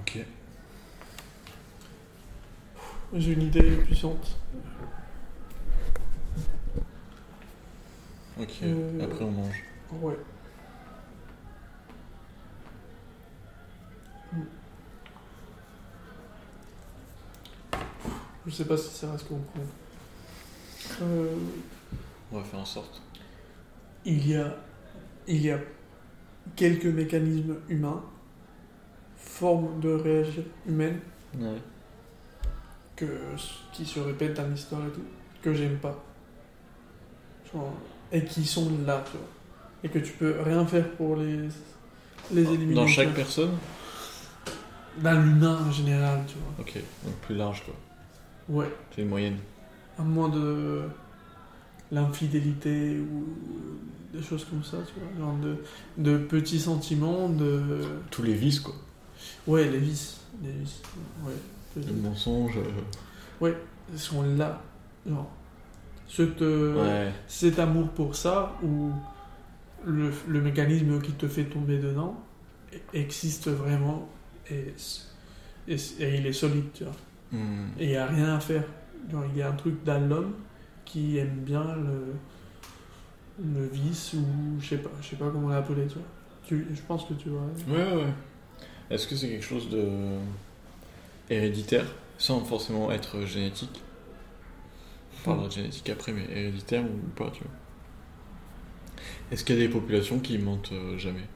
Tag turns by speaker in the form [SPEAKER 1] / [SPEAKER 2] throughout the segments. [SPEAKER 1] Ok.
[SPEAKER 2] J'ai une idée puissante.
[SPEAKER 1] Ok.
[SPEAKER 2] Euh,
[SPEAKER 1] Après, on mange.
[SPEAKER 2] Ouais. Hmm. Je sais pas si ça reste qu'on prend. Euh,
[SPEAKER 1] On va faire en sorte.
[SPEAKER 2] il y a, il y a quelques mécanismes humains, formes de réagir humaines
[SPEAKER 1] Ouais.
[SPEAKER 2] que qui se répètent dans l'histoire et tout, que j'aime pas. Genre, et qui sont là, tu vois. Et que tu peux rien faire pour les les éliminer.
[SPEAKER 1] Dans
[SPEAKER 2] tu
[SPEAKER 1] chaque
[SPEAKER 2] vois.
[SPEAKER 1] personne
[SPEAKER 2] Dans l'humain en général, tu
[SPEAKER 1] Ok. Donc plus large, quoi.
[SPEAKER 2] vois. Ouais.
[SPEAKER 1] C'est une moyenne.
[SPEAKER 2] À moins de l'infidélité ou des choses comme ça, tu vois. Genre de, de petits sentiments, de.
[SPEAKER 1] Tous les vices, quoi.
[SPEAKER 2] Ouais, les vices. Les vices. Ouais.
[SPEAKER 1] Le
[SPEAKER 2] peut-être.
[SPEAKER 1] mensonge. euh,
[SPEAKER 2] Ils sont là. Genre. Ce te.
[SPEAKER 1] Ouais.
[SPEAKER 2] cet amour pour ça ou le, le mécanisme qui te fait tomber dedans existe vraiment et, et, et il est solide, tu vois.
[SPEAKER 1] Hmm.
[SPEAKER 2] Et il n'y a rien à faire. Genre, il y a un truc dans l'homme qui aime bien le, le vice ou je sais pas, je sais pas comment l'appeler, tu vois. Tu- je pense que tu vois.
[SPEAKER 1] Ouais, ouais, ouais. Est-ce que c'est quelque chose de héréditaire, sans forcément être génétique On parlera de génétique après, mais héréditaire ou pas, tu vois Est-ce qu'il y a des populations qui mentent euh, jamais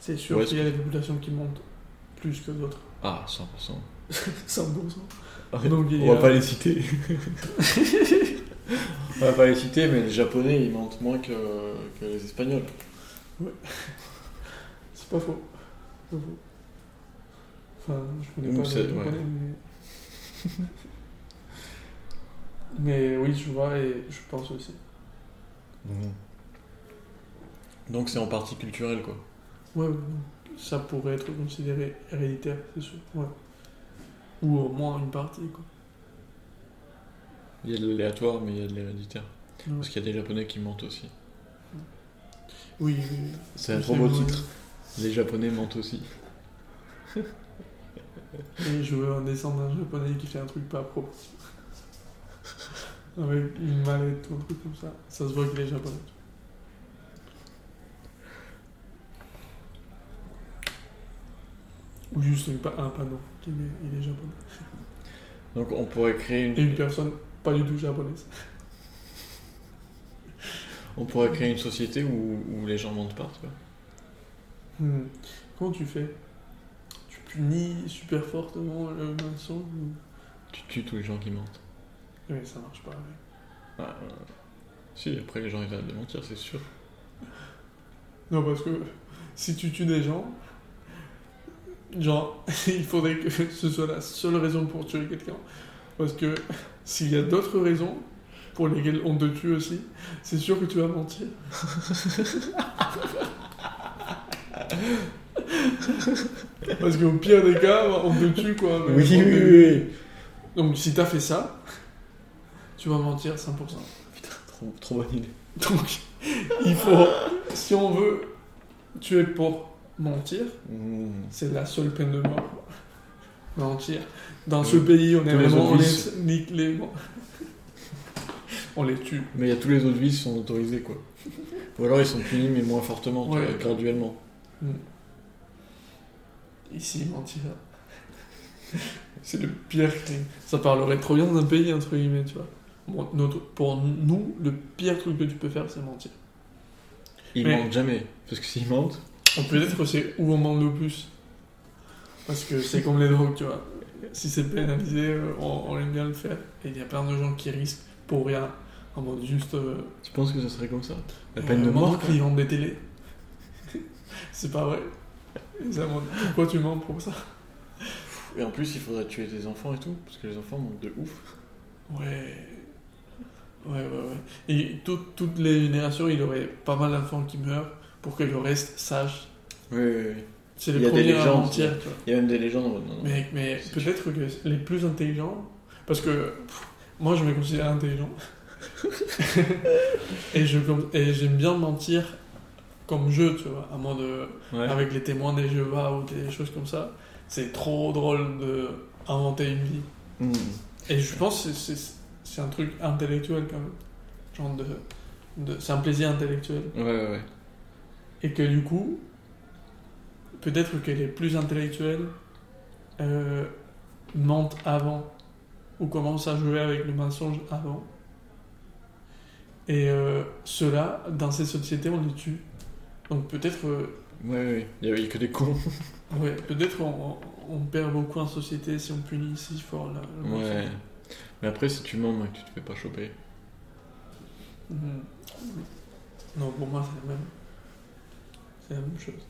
[SPEAKER 2] C'est sûr
[SPEAKER 1] Ouais,
[SPEAKER 2] qu'il y a des populations qui montent plus que d'autres.
[SPEAKER 1] Ah, 100%.
[SPEAKER 2] 100%.
[SPEAKER 1] Arrête,
[SPEAKER 2] Donc, il y
[SPEAKER 1] On va
[SPEAKER 2] a-
[SPEAKER 1] pas les citer. On va pas les citer, mais les Japonais, ils mentent moins que, que les Espagnols.
[SPEAKER 2] C'est pas faux. C'est pas faux. Enfin, je connais
[SPEAKER 1] Nous,
[SPEAKER 2] pas
[SPEAKER 1] c'est-
[SPEAKER 2] les Japonais,
[SPEAKER 1] ouais.
[SPEAKER 2] mais... mais oui, je vois et je pense aussi.
[SPEAKER 1] Donc c'est en partie culturel, quoi.
[SPEAKER 2] Ouais, ouais, donc ça pourrait être considéré héréditaire, c'est sûr. Ouais. Ou au moins une partie, quoi.
[SPEAKER 1] Il y a de l'aléatoire, mais il y a de l'héréditaire.
[SPEAKER 2] Ouais.
[SPEAKER 1] Parce qu'il y a des Japonais qui mentent aussi.
[SPEAKER 2] Oui, oui, oui.
[SPEAKER 1] C'est un trop beau titre. Les Japonais mentent aussi.
[SPEAKER 2] Et je veux un descendant japonais qui fait un truc pas propre. Avec une mallette ou un truc comme ça. Ça se voit qu'il est japonais. Ou juste une pa- un panneau qui met il est japonais.
[SPEAKER 1] Donc on pourrait créer
[SPEAKER 2] Et
[SPEAKER 1] une,
[SPEAKER 2] une personne pas du tout japonaise.
[SPEAKER 1] on pourrait créer une société où, où les gens mentent pas, tu vois.
[SPEAKER 2] Hmm. Comment tu fais Tu punis super fortement le mensonge ou...
[SPEAKER 1] Tu tues tous les gens qui mentent.
[SPEAKER 2] Mais ça marche pas. ouais.
[SPEAKER 1] Ah, euh, Si, après les gens ils arrêtent de mentir, c'est sûr.
[SPEAKER 2] Non, parce que si tu tues des gens, genre, il faudrait que ce soit la seule raison pour tuer quelqu'un. Parce que s'il y a d'autres raisons pour lesquelles on te tue aussi, c'est sûr que tu vas mentir. parce qu'au pire des cas, on te tue, quoi. mais on te- Donc si t'as fait ça, tu vas mentir 100%.
[SPEAKER 1] Trop, trop bonne idée.
[SPEAKER 2] Donc, il faut, si on veut tuer pour mentir,
[SPEAKER 1] Mmh.
[SPEAKER 2] c'est la seule peine de mort. Mentir. Dans ce
[SPEAKER 1] Oui.
[SPEAKER 2] pays, on est
[SPEAKER 1] Euh, Tous les
[SPEAKER 2] vraiment,
[SPEAKER 1] autres
[SPEAKER 2] on
[SPEAKER 1] vices.
[SPEAKER 2] les nique les morts. on les tue.
[SPEAKER 1] Mais il y a tous les autres vices qui sont autorisés, quoi. Ou alors ils sont punis, mais moins fortement, tu
[SPEAKER 2] Ouais.
[SPEAKER 1] vois, graduellement.
[SPEAKER 2] Ici, mentir. C'est le pire crime. Ça parlerait trop bien d'un pays, entre guillemets, tu vois. Bon, notre- pour nous, le pire truc que tu peux faire, c'est mentir.
[SPEAKER 1] Ils
[SPEAKER 2] Mais-
[SPEAKER 1] mentent jamais. Parce que s'ils mentent,
[SPEAKER 2] Bon, Peut-être que c'est où on manque le plus. Parce que c'est comme les drogues, tu vois. Si c'est pénalisé, euh, on, on aime bien le faire. Et il y a plein de gens qui risquent pour rien. En mode juste. euh,
[SPEAKER 1] tu penses que ça serait comme ça La
[SPEAKER 2] euh,
[SPEAKER 1] peine de mort,
[SPEAKER 2] mentent
[SPEAKER 1] quoi.
[SPEAKER 2] qu'ils vendent des télés. c'est pas vrai. Et ça, moi, pourquoi tu mens pour ça
[SPEAKER 1] Et en plus, il faudrait tuer des enfants et tout, parce que les enfants mentent de ouf.
[SPEAKER 2] Ouais. Ouais, ouais, ouais. Et tout- toutes les générations, il y aurait pas mal d'enfants qui meurent pour que le reste sache.
[SPEAKER 1] Oui, oui, oui.
[SPEAKER 2] C'est
[SPEAKER 1] Il y a
[SPEAKER 2] le
[SPEAKER 1] des
[SPEAKER 2] premier à
[SPEAKER 1] légendes,
[SPEAKER 2] mentir, tu vois.
[SPEAKER 1] Il y a même des légendes en mode non, non.
[SPEAKER 2] Mais, mais
[SPEAKER 1] C'est
[SPEAKER 2] peut-être que les plus intelligents, parce que pff, moi je me considère intelligent, et je com- et j'aime bien mentir comme jeu, tu vois, à moins de.
[SPEAKER 1] Ouais.
[SPEAKER 2] avec les témoins des jeux va ou des choses comme ça. C'est trop drôle de inventer une vie.
[SPEAKER 1] Mm.
[SPEAKER 2] Et je pense que c'est- c'est c'est un truc intellectuel quand même. Genre de, de- c'est un plaisir intellectuel.
[SPEAKER 1] Ouais, ouais, ouais.
[SPEAKER 2] Et que du coup, peut-être que les plus intellectuels euh, mentent avant ou commencent à jouer avec le mensonge avant. Et euh, ceux-là, dans ces sociétés, on les tue. Donc peut-être euh,
[SPEAKER 1] Ouais, ouais, ouais. Il y a- il y a que des cons.
[SPEAKER 2] Ouais, peut-être on, on perd beaucoup en société si on punit si fort la, le
[SPEAKER 1] Ouais.
[SPEAKER 2] mensonge.
[SPEAKER 1] Mais après, si tu mens, mec, tu te fais pas choper.
[SPEAKER 2] Mhm. Non, pour moi, c'est la même. C'est la même chose.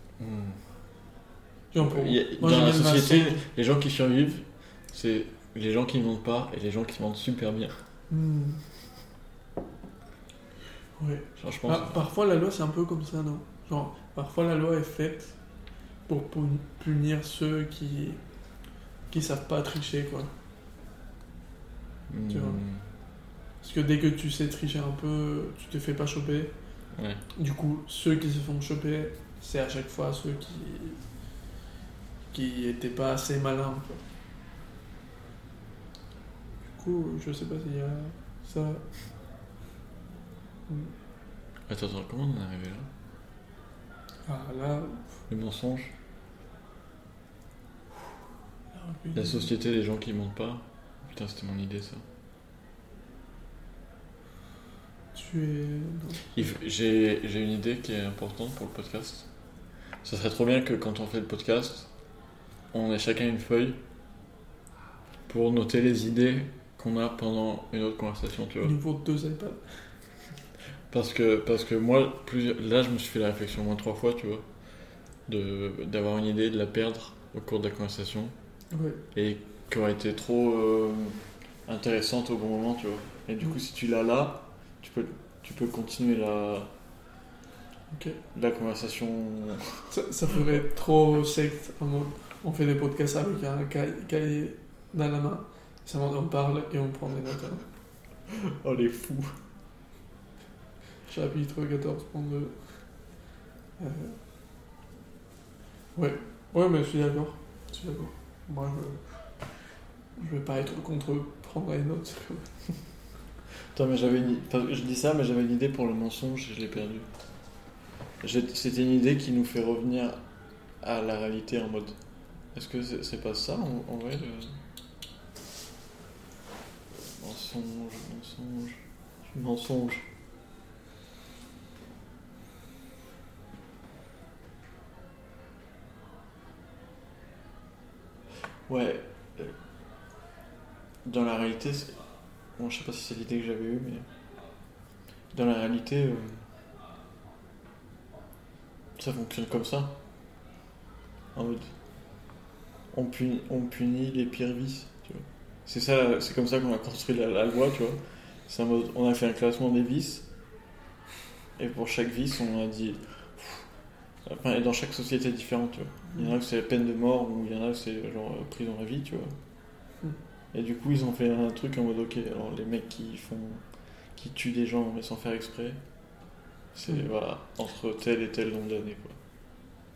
[SPEAKER 2] Genre, Hmm. pour-
[SPEAKER 1] Il y a-
[SPEAKER 2] moi,
[SPEAKER 1] dans
[SPEAKER 2] j'ai
[SPEAKER 1] la
[SPEAKER 2] mis le
[SPEAKER 1] société,
[SPEAKER 2] mensonge.
[SPEAKER 1] les gens qui survivent, c'est les gens qui mentent pas et les gens qui mentent super bien.
[SPEAKER 2] Mhm. Ouais.
[SPEAKER 1] Genre, je pense.
[SPEAKER 2] Ah, parfois, la loi, c'est un peu comme ça, non Genre, parfois, la loi est faite pour pun- punir ceux qui qui savent pas tricher, quoi.
[SPEAKER 1] Hmm.
[SPEAKER 2] tu vois. Parce que dès que tu sais tricher un peu, tu te fais pas choper.
[SPEAKER 1] Ouais.
[SPEAKER 2] Du coup, ceux qui se font choper, c'est à chaque fois ceux qui qui étaient pas assez malins. quoi. Du coup, je sais pas s'il y a ça.
[SPEAKER 1] Attends, attends, comment on est arrivé là
[SPEAKER 2] Ah là,
[SPEAKER 1] Le mensonge
[SPEAKER 2] ah oui.
[SPEAKER 1] La société, les gens qui mentent pas Putain, c'était mon idée ça.
[SPEAKER 2] tu es.
[SPEAKER 1] Il f- J'ai j'ai une idée qui est importante pour le podcast. Ça serait trop bien que quand on fait le podcast, on ait chacun une feuille pour noter les idées qu'on a pendant une autre conversation, tu
[SPEAKER 2] Au
[SPEAKER 1] vois.
[SPEAKER 2] niveau de deux iPads.
[SPEAKER 1] Parce que, parce que moi, plusieurs- là, je me suis fait la réflexion au moins trois fois, tu vois, de- d'avoir une idée, de la perdre au cours de la conversation,
[SPEAKER 2] Ouais.
[SPEAKER 1] et qui aurait été trop euh, intéressante au bon moment, tu vois. Et du coup, si tu l'as là, tu peux, tu peux continuer la,
[SPEAKER 2] Ok.
[SPEAKER 1] la conversation.
[SPEAKER 2] Ça, ça ferait trop secte. en mode, On fait des podcasts avec un ca- cahier dans la main. Ça, on parle et on prend des notes. hein.
[SPEAKER 1] Oh, les fous
[SPEAKER 2] Chapitre 14, point 2. Euh, Ouais. ouais, mais je suis d'accord. Je suis d'accord. Moi, je... je vais pas être contre prendre les notes.
[SPEAKER 1] Putain, mais j'avais une... enfin, je dis ça, mais j'avais une idée pour le mensonge et je l'ai perdue. J'ai- C'était une idée qui nous fait revenir à la réalité en mode. Est-ce que c'est c'est pas ça en, en vrai le... le Mensonge, mensonge, mensonge. Ouais. euh, Dans la réalité, c'est- Bon, je sais pas si c'est l'idée que j'avais eue, mais. Dans la réalité, euh, ça fonctionne comme ça. En mode. On punit, on punit les pires vices, tu vois. C'est ça, c'est comme ça qu'on a construit la, la loi, tu vois. C'est en mode. On a fait un classement des vices. Et pour chaque vice, on a dit. pff, Enfin, et dans chaque société différente, tu vois. Il y en a que c'est la peine de mort, ou il y en a que c'est genre euh, prison à vie, tu vois. Et du coup, ils ont fait un truc en mode ok, alors les mecs qui font. qui tuent des gens mais sans faire exprès, c'est
[SPEAKER 2] Mhm.
[SPEAKER 1] voilà, entre tel et tel nombre d'années quoi.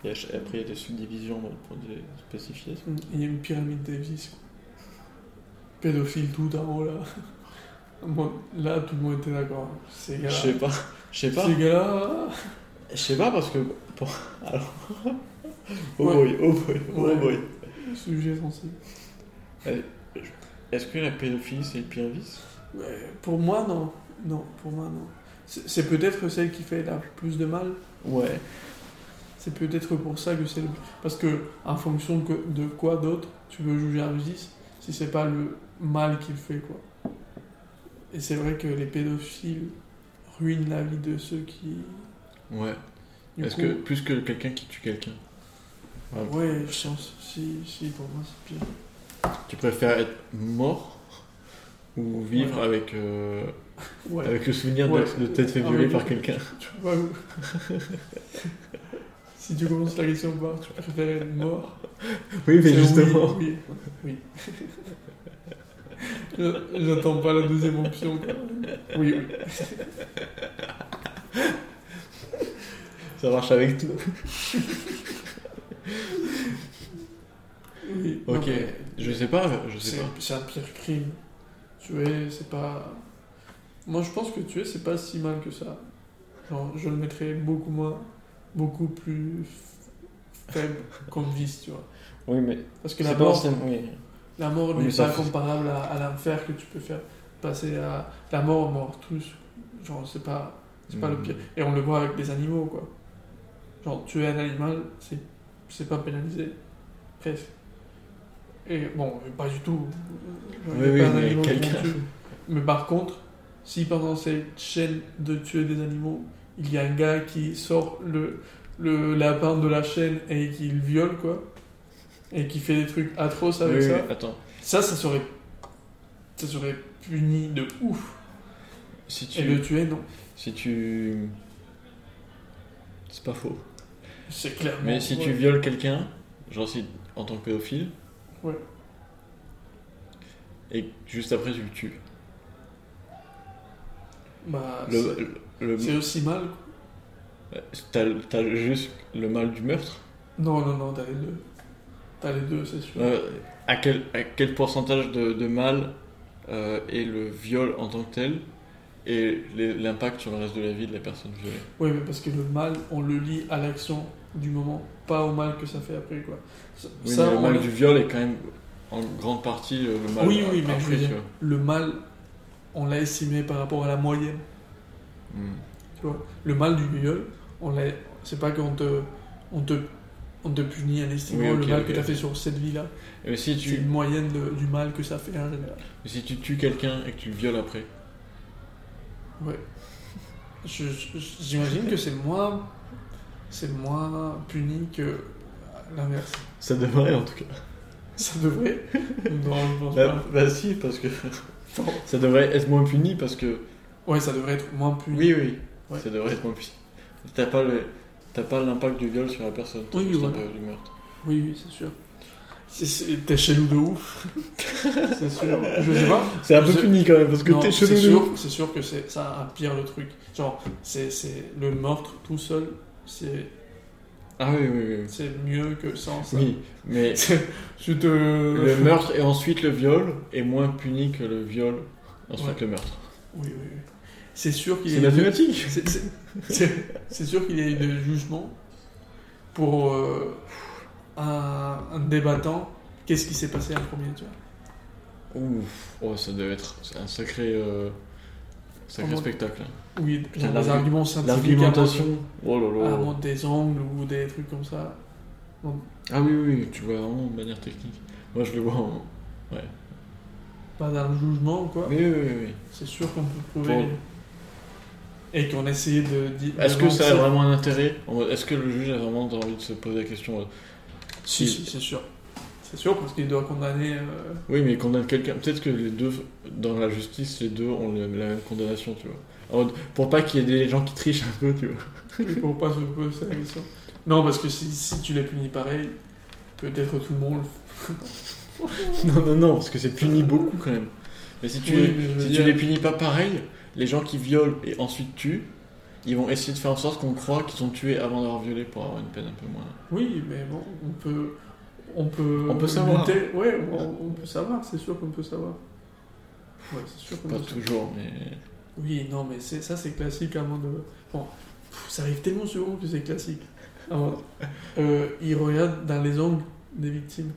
[SPEAKER 1] Et à ch- après, il y a des subdivisions en mode, pour des- spécifier.
[SPEAKER 2] Il y a une pyramide des vices. quoi. Pédophile tout en haut là. Moi, là, tout le monde était d'accord. hein. Ces
[SPEAKER 1] Je
[SPEAKER 2] gars-là.
[SPEAKER 1] sais pas, je sais pas,
[SPEAKER 2] Ces gars-là. ah,
[SPEAKER 1] je sais pas parce que. Bon, alors. oh
[SPEAKER 2] Ouais.
[SPEAKER 1] boy, oh boy,
[SPEAKER 2] Ouais.
[SPEAKER 1] oh boy.
[SPEAKER 2] Sujet sensible.
[SPEAKER 1] Est-ce que la pédophilie c'est le pire vice
[SPEAKER 2] Ouais, pour moi, non. Non, pour moi, non. C'est c'est peut-être celle qui fait la plus de mal.
[SPEAKER 1] Ouais.
[SPEAKER 2] C'est peut-être pour ça que c'est le... Parce que, en fonction que- de quoi d'autre tu veux juger un vice, si c'est pas le mal qu'il fait, quoi. Et c'est vrai que les pédophiles ruinent la vie de ceux qui...
[SPEAKER 1] Ouais.
[SPEAKER 2] du
[SPEAKER 1] Est-ce
[SPEAKER 2] coup-
[SPEAKER 1] que plus que quelqu'un qui tue quelqu'un
[SPEAKER 2] Ouais, je pense. Si, si, pour moi, c'est pire.
[SPEAKER 1] Tu préfères être mort ou vivre
[SPEAKER 2] Ouais.
[SPEAKER 1] avec. euh,
[SPEAKER 2] Ouais.
[SPEAKER 1] Avec le souvenir
[SPEAKER 2] Ouais.
[SPEAKER 1] de, de t'être fait
[SPEAKER 2] Ah
[SPEAKER 1] violer
[SPEAKER 2] oui.
[SPEAKER 1] par quelqu'un.
[SPEAKER 2] Tu vois où- si tu commences la question par tu préfères être mort
[SPEAKER 1] Oui, mais
[SPEAKER 2] C'est
[SPEAKER 1] justement.
[SPEAKER 2] Oui, oui. oui. Je- J'attends pas la deuxième option. quoi. Oui, oui.
[SPEAKER 1] Ça marche avec tout.
[SPEAKER 2] Oui, non,
[SPEAKER 1] Ok,
[SPEAKER 2] mais
[SPEAKER 1] je sais pas, je sais
[SPEAKER 2] C'est
[SPEAKER 1] pas.
[SPEAKER 2] c'est un pire crime. Tuer, c'est pas. Moi, je pense que tuer, c'est pas si mal que ça. Genre, je le mettrais beaucoup moins, beaucoup plus faible comme vice, tu vois.
[SPEAKER 1] Oui, mais
[SPEAKER 2] Parce que
[SPEAKER 1] c'est
[SPEAKER 2] la
[SPEAKER 1] pas
[SPEAKER 2] mort,
[SPEAKER 1] forcément- oui.
[SPEAKER 2] la mort
[SPEAKER 1] Oui,
[SPEAKER 2] n'est
[SPEAKER 1] mais ça
[SPEAKER 2] pas
[SPEAKER 1] fait-
[SPEAKER 2] comparable à, à l'enfer que tu peux faire passer à la mort aux morts tous. Genre, c'est pas, c'est pas le
[SPEAKER 1] Mm.
[SPEAKER 2] pire. Et on le voit avec des animaux, quoi. Genre, tuer un animal, c'est, c'est pas pénalisé. Presque. Et bon, pas du tout. Genre, il y
[SPEAKER 1] Oui,
[SPEAKER 2] a pas
[SPEAKER 1] oui,
[SPEAKER 2] un
[SPEAKER 1] mais
[SPEAKER 2] animal qu'on
[SPEAKER 1] quelqu'un-
[SPEAKER 2] tue. Mais par contre, si pendant cette chaîne de tuer des animaux, il y a un gars qui sort le, le lapin de la chaîne et qui le viole, quoi, et qui fait des trucs atroces avec
[SPEAKER 1] Oui,
[SPEAKER 2] ça,
[SPEAKER 1] oui, attends.
[SPEAKER 2] ça, ça serait, ça serait puni de ouf.
[SPEAKER 1] Si
[SPEAKER 2] Et le
[SPEAKER 1] tu.
[SPEAKER 2] tuer, non.
[SPEAKER 1] Si tu. C'est pas faux.
[SPEAKER 2] C'est clairement.
[SPEAKER 1] Mais si tu
[SPEAKER 2] ouais.
[SPEAKER 1] violes quelqu'un, genre si en tant que pédophile,
[SPEAKER 2] Ouais.
[SPEAKER 1] et que juste après tu le tues.
[SPEAKER 2] Bah,
[SPEAKER 1] Le, le-
[SPEAKER 2] c'est- c'est aussi mal. quoi.
[SPEAKER 1] le- t'as- t'as juste le mal du meurtre.
[SPEAKER 2] Non, non, non, t'as les deux. T'as les deux, c'est sûr.
[SPEAKER 1] Euh, à, quel, à quel pourcentage de, de mal euh, est le viol en tant que tel et les- l'impact sur le reste de la vie de la personne violée
[SPEAKER 2] Oui, mais parce que le mal, on le lie à l'action du moment, pas au mal que ça fait après, quoi. Ça,
[SPEAKER 1] Oui,
[SPEAKER 2] ça,
[SPEAKER 1] mais le
[SPEAKER 2] on
[SPEAKER 1] mal
[SPEAKER 2] le-
[SPEAKER 1] du viol est quand même en grande partie euh, le mal
[SPEAKER 2] Oui, oui,
[SPEAKER 1] a-
[SPEAKER 2] mais je veux
[SPEAKER 1] appris,
[SPEAKER 2] dire-
[SPEAKER 1] tu vois.
[SPEAKER 2] le mal, on l'a estimé par rapport à la moyenne.
[SPEAKER 1] Mm.
[SPEAKER 2] Tu vois, le mal du viol, on l'a- c'est pas qu'on te, on te, on te punit en estimant
[SPEAKER 1] Oui, ok,
[SPEAKER 2] le mal
[SPEAKER 1] ok,
[SPEAKER 2] que t'as
[SPEAKER 1] ok.
[SPEAKER 2] fait sur cette vie-là.
[SPEAKER 1] Et si
[SPEAKER 2] C'est
[SPEAKER 1] tu,
[SPEAKER 2] une moyenne de- du mal que ça fait en général.
[SPEAKER 1] si tu tues quelqu'un et que tu le violes après,
[SPEAKER 2] Ouais. Je- je- J'imagine que c'est moins, c'est moins puni que l'inverse.
[SPEAKER 1] ça devrait en tout cas.
[SPEAKER 2] Ça devrait. non, je pense
[SPEAKER 1] Bah,
[SPEAKER 2] pas.
[SPEAKER 1] bah si, parce que ça devrait être moins puni parce que.
[SPEAKER 2] Ouais, ça devrait être moins puni.
[SPEAKER 1] Oui, oui,
[SPEAKER 2] Ouais.
[SPEAKER 1] ça devrait être moins puni. T'as pas le, t'as pas l'impact du viol sur la personne. t'as
[SPEAKER 2] Oui,
[SPEAKER 1] juste
[SPEAKER 2] voilà.
[SPEAKER 1] l'impact du meurtre.
[SPEAKER 2] Oui, oui, c'est sûr. C'est- c'est- T'es chelou de ouf. c'est sûr. Je sais pas.
[SPEAKER 1] C'est un peu
[SPEAKER 2] Je-
[SPEAKER 1] puni quand même parce que
[SPEAKER 2] Non,
[SPEAKER 1] t'es
[SPEAKER 2] c'est
[SPEAKER 1] chelou.
[SPEAKER 2] sûr, c'est sûr que c'est ça empire le truc. Genre, c'est c'est le meurtre tout seul, c'est
[SPEAKER 1] Ah oui, oui, oui.
[SPEAKER 2] c'est mieux que sans ça.
[SPEAKER 1] Oui, mais
[SPEAKER 2] Je te le
[SPEAKER 1] le meurtre et ensuite le viol est moins puni que le viol ensuite
[SPEAKER 2] Ouais.
[SPEAKER 1] le meurtre.
[SPEAKER 2] Oui, oui, oui. C'est sûr qu'il y
[SPEAKER 1] C'est
[SPEAKER 2] a eu de-
[SPEAKER 1] mathématique.
[SPEAKER 2] c'est- c'est- c'est- c'est sûr qu'il y a eu des jugements pour euh, un, un débattant. Qu'est-ce qui s'est passé en premier, tu vois
[SPEAKER 1] Ouf, oh, ça devait être un sacré, euh, sacré
[SPEAKER 2] Comment-
[SPEAKER 1] spectacle. hein.
[SPEAKER 2] Oui,
[SPEAKER 1] Putain,
[SPEAKER 2] genre des
[SPEAKER 1] l'argu-
[SPEAKER 2] arguments scientifiques à
[SPEAKER 1] L'argumentation. Oh là là.
[SPEAKER 2] monter des angles ou des trucs comme ça.
[SPEAKER 1] Ah oui, oui, tu le vois vraiment de manière technique. Moi, je le vois en. Ouais.
[SPEAKER 2] Pas d'un jugement, quoi.
[SPEAKER 1] Oui, oui, oui. oui.
[SPEAKER 2] C'est sûr qu'on peut prouver.
[SPEAKER 1] Bon.
[SPEAKER 2] Et qu'on essayait de dire.
[SPEAKER 1] Est-ce que ça a vraiment un intérêt En mode, Est-ce que le juge a vraiment envie de se poser la question euh,
[SPEAKER 2] Si, si, c'est sûr. C'est sûr parce qu'il doit condamner. euh,
[SPEAKER 1] Oui, mais condamne quelqu'un. Peut-être que les deux, dans la justice, les deux ont le- la même condamnation, tu vois. En mode, Pour pas qu'il y ait des gens qui trichent un peu, tu vois.
[SPEAKER 2] pour pas se poser la question. Non, parce que si, si tu les punis pareil, peut-être tout le monde.
[SPEAKER 1] Non, non, non, parce que c'est puni beaucoup quand même. Mais si tu,
[SPEAKER 2] Oui, mais je veux
[SPEAKER 1] si
[SPEAKER 2] dire-
[SPEAKER 1] tu les punis pas pareil, les gens qui violent et ensuite tuent, ils vont essayer de faire en sorte qu'on croit qu'ils ont tué avant d'avoir violé pour avoir une peine un peu moins.
[SPEAKER 2] Oui, mais bon, on peut. On peut,
[SPEAKER 1] On peut savoir.
[SPEAKER 2] lutter. Ouais, on, on peut savoir, c'est sûr qu'on peut savoir. Ouais, c'est sûr qu'on peut
[SPEAKER 1] Pas
[SPEAKER 2] savoir.
[SPEAKER 1] toujours, mais.
[SPEAKER 2] Oui, non, mais c'est, ça, c'est classique avant de. Bon, pff, ça arrive tellement souvent que c'est classique. Alors, euh, il regarde dans les ongles des victimes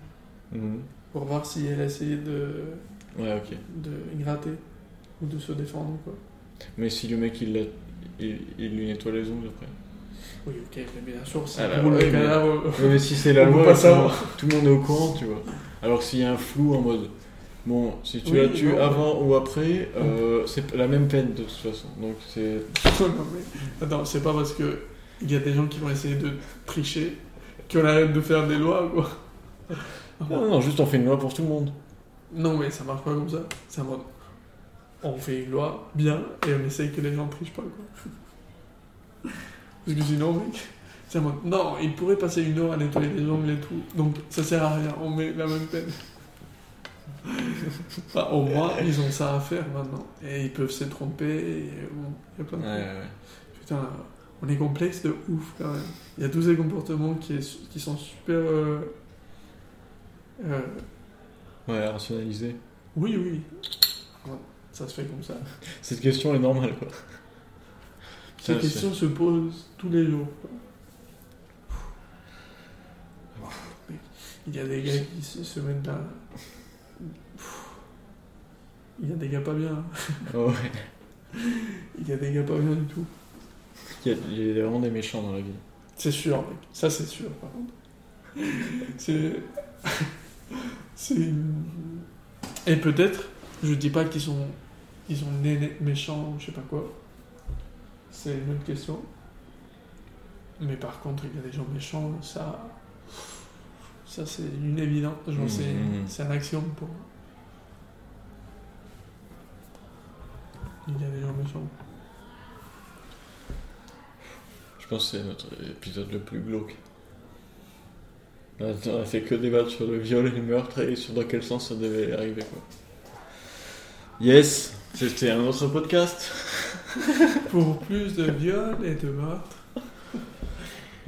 [SPEAKER 1] Mhm.
[SPEAKER 2] pour voir si elle a essayé de,
[SPEAKER 1] Ouais, ok.
[SPEAKER 2] de gratter ou de se défendre, quoi.
[SPEAKER 1] Mais si le mec il, l'a- il, il lui nettoie les ongles après.
[SPEAKER 2] Oui, ok, mais bien sûr, c'est
[SPEAKER 1] Ah là,
[SPEAKER 2] pour le euh,
[SPEAKER 1] oui, mais-
[SPEAKER 2] cadavre.
[SPEAKER 1] Ouais, mais si c'est
[SPEAKER 2] On
[SPEAKER 1] la
[SPEAKER 2] peut
[SPEAKER 1] loi,
[SPEAKER 2] pas
[SPEAKER 1] tout, le monde,
[SPEAKER 2] savoir.
[SPEAKER 1] tout le monde est au courant, tu vois. Alors que s'il y a un flou en mode. Bon, si tu
[SPEAKER 2] Oui,
[SPEAKER 1] la tues
[SPEAKER 2] non,
[SPEAKER 1] avant ou après, euh, c'est la même peine de toute façon. Donc c'est.
[SPEAKER 2] Non, mais- Attends, c'est pas parce que il y a des gens qui vont essayer de tricher qu'on arrête de faire des lois, quoi.
[SPEAKER 1] Non, non, non, juste on fait une loi pour tout le monde.
[SPEAKER 2] Non, mais ça marche pas comme ça. C'est un mode. On fait une loi bien et on essaye que les gens trichent pas, quoi. Parce que sinon, mec, c'est un mode. Non, il pourrait passer une heure à nettoyer les ongles et tout. Donc ça sert à rien, on met la même peine. Bah, au moins, ils ont ça à faire maintenant. Et ils peuvent se tromper. Et bon, il y a plein de
[SPEAKER 1] Ouais,
[SPEAKER 2] trucs.
[SPEAKER 1] ouais.
[SPEAKER 2] Putain, on est complexe de ouf quand même. Il y a tous ces comportements qui, est- qui sont super. euh, euh,
[SPEAKER 1] Ouais, rationaliser.
[SPEAKER 2] oui, oui. Ouais, ça se fait comme ça.
[SPEAKER 1] Cette question est normale, quoi.
[SPEAKER 2] Ces
[SPEAKER 1] Putain,
[SPEAKER 2] questions se posent tous les jours. quoi. Il y a des gars qui se, se mettent là. Il y a des gars pas bien. hein.
[SPEAKER 1] c'est- Oh, ouais.
[SPEAKER 2] Il y a des gars pas bien du tout.
[SPEAKER 1] Il y a- il y a vraiment des méchants dans la vie.
[SPEAKER 2] C'est sûr, mec. Ça, c'est sûr, par contre. C'est. c'est. une- Et peut-être, je dis pas qu'ils sont. Ils sont nés, nés méchants, je sais pas quoi. C'est une autre question. Mais par contre, il y a des gens méchants, ça. Ça, c'est une évidence. Genre, c'est,
[SPEAKER 1] Mhm.
[SPEAKER 2] c'est un axiome pour. moi. Il y a des gens méchants.
[SPEAKER 1] Je pense que c'est notre épisode le plus glauque. Attends, On a fait que débattre sur le viol et le meurtre et sur dans quel sens ça devait arriver quoi. Yes, c'était un autre podcast.
[SPEAKER 2] Pour plus de viols et de meurtres.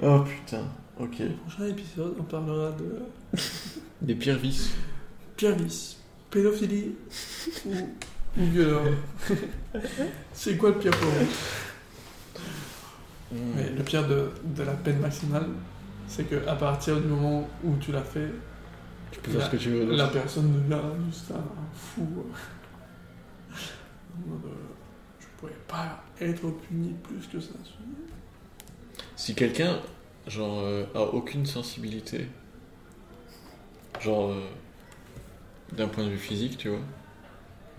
[SPEAKER 1] Oh putain, ok.
[SPEAKER 2] Au prochain épisode, on parlera de
[SPEAKER 1] Des pires vices.
[SPEAKER 2] Piervis, pédophilie ou, ou violeur. C'est quoi le pire pour vous
[SPEAKER 1] Mm.
[SPEAKER 2] Mais Le pire de, de la peine maximale, c'est que à partir du moment où tu l'as fait,
[SPEAKER 1] Tu peux faire ce que tu veux.
[SPEAKER 2] la personne devient juste un, un fou. En mode, euh, Je pourrais pas être puni plus que ça.
[SPEAKER 1] Si quelqu'un, genre, euh, a aucune sensibilité, genre, euh, d'un point de vue physique, tu vois,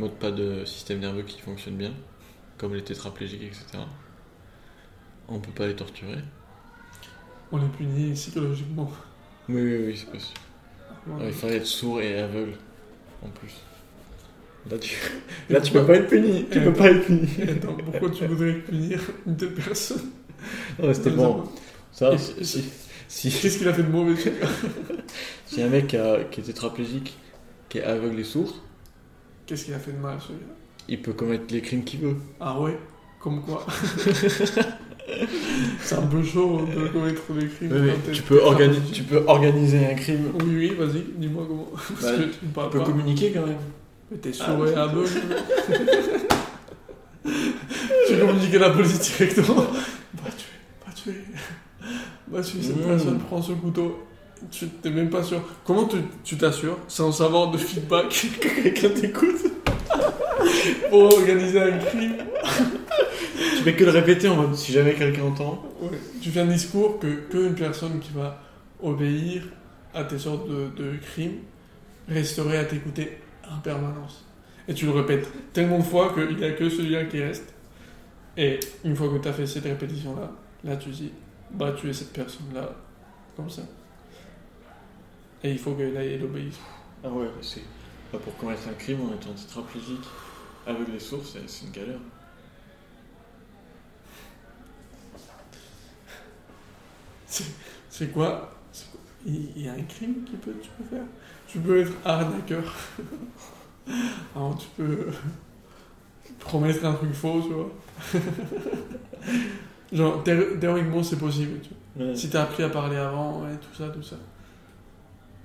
[SPEAKER 1] mode pas de système nerveux qui fonctionne bien, comme les tétraplégiques, etc., on peut pas les torturer.
[SPEAKER 2] On est puni psychologiquement.
[SPEAKER 1] Oui, oui, oui, c'est possible. Ouais, Ah, il faudrait être sourd et aveugle, en plus. Là, tu, Là, tu peux pas être puni, tu peux pas être puni.
[SPEAKER 2] Et attends, pourquoi tu voudrais punir deux personnes
[SPEAKER 1] Non, mais c'était bon. Ça, si, si, si-
[SPEAKER 2] Qu'est-ce qu'il a fait de mauvais tu vois
[SPEAKER 1] si un mec qui a- qui est tétraplégique, qui est aveugle et sourd,
[SPEAKER 2] Qu'est-ce qu'il a fait de mal celui-là
[SPEAKER 1] il peut commettre les crimes qu'il veut.
[SPEAKER 2] Ah ouais Comme quoi C'est un peu chaud de commettre des crimes.
[SPEAKER 1] Oui,
[SPEAKER 2] quand
[SPEAKER 1] mais
[SPEAKER 2] t'es-
[SPEAKER 1] tu, peux organi- tu peux organiser un crime.
[SPEAKER 2] Oui, oui, vas-y, dis-moi comment. Parce
[SPEAKER 1] Bah,
[SPEAKER 2] que tu ne
[SPEAKER 1] Tu
[SPEAKER 2] parles
[SPEAKER 1] peux
[SPEAKER 2] pas.
[SPEAKER 1] communiquer quand même.
[SPEAKER 2] Mais t'es
[SPEAKER 1] Ah,
[SPEAKER 2] sourd et
[SPEAKER 1] putain.
[SPEAKER 2] aveugle. tu communiques à la police directement. Bah tuer, bah tuer. Bah tuer cette
[SPEAKER 1] Mm.
[SPEAKER 2] personne, prends ce couteau. Tu t'es même pas sûr. Comment tu- tu t'assures, sans savoir de feedback, que quelqu'un t'écoute pour organiser un crime
[SPEAKER 1] Tu fais que le répéter en mode si jamais quelqu'un entend.
[SPEAKER 2] Ouais, tu fais un discours que, que une personne qui va obéir à tes sortes de, de crimes resterait à t'écouter en permanence. Et tu le répètes tellement de fois qu'il n'y a que celui-là qui reste. Et une fois que tu as fait cette répétition-là, là tu dis, bah tu es cette personne-là, comme ça. Et il faut que là, elle obéisse.
[SPEAKER 1] Ah ouais, mais c'est. bah, pour commettre un crime en étant tétraplégique, aveugle et sourd, c'est c'est une galère.
[SPEAKER 2] C'est quoi, c'est quoi Il il y a un crime que peut, tu peux faire Tu peux être arnaqueur. Alors tu peux promettre un truc faux, tu vois. Genre, thé- théoriquement, c'est possible, tu vois.
[SPEAKER 1] Ouais.
[SPEAKER 2] Si t'as appris à parler avant, ouais, tout ça, tout ça.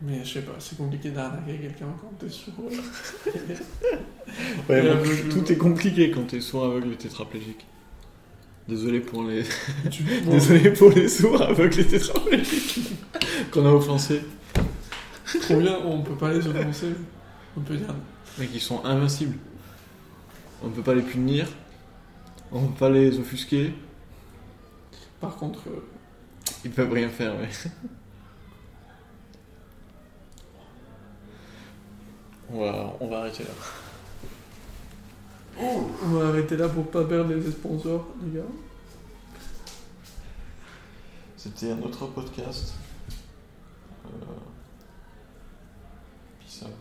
[SPEAKER 2] Mais je sais pas, c'est compliqué d'arnaquer quelqu'un quand t'es sûr.
[SPEAKER 1] Ouais,
[SPEAKER 2] Et
[SPEAKER 1] bon,
[SPEAKER 2] aveugle.
[SPEAKER 1] tout est compliqué quand t'es sourd, aveugle et tétraplégique. Désolé pour les.
[SPEAKER 2] tu dis, bon,
[SPEAKER 1] Désolé pour les sourds, aveugles et tétraplégiques qu'on a offensés.
[SPEAKER 2] trop bien, on peut pas les offenser. On peut dire,
[SPEAKER 1] Mec, ils sont invincibles. On peut pas les punir, on peut pas les offusquer,
[SPEAKER 2] par contre, euh,
[SPEAKER 1] ils peuvent rien faire, mais. On va, on va arrêter là.
[SPEAKER 2] oh, on va arrêter là pour pas perdre les sponsors, les gars.
[SPEAKER 1] C'était un autre podcast. Euh... Peace out.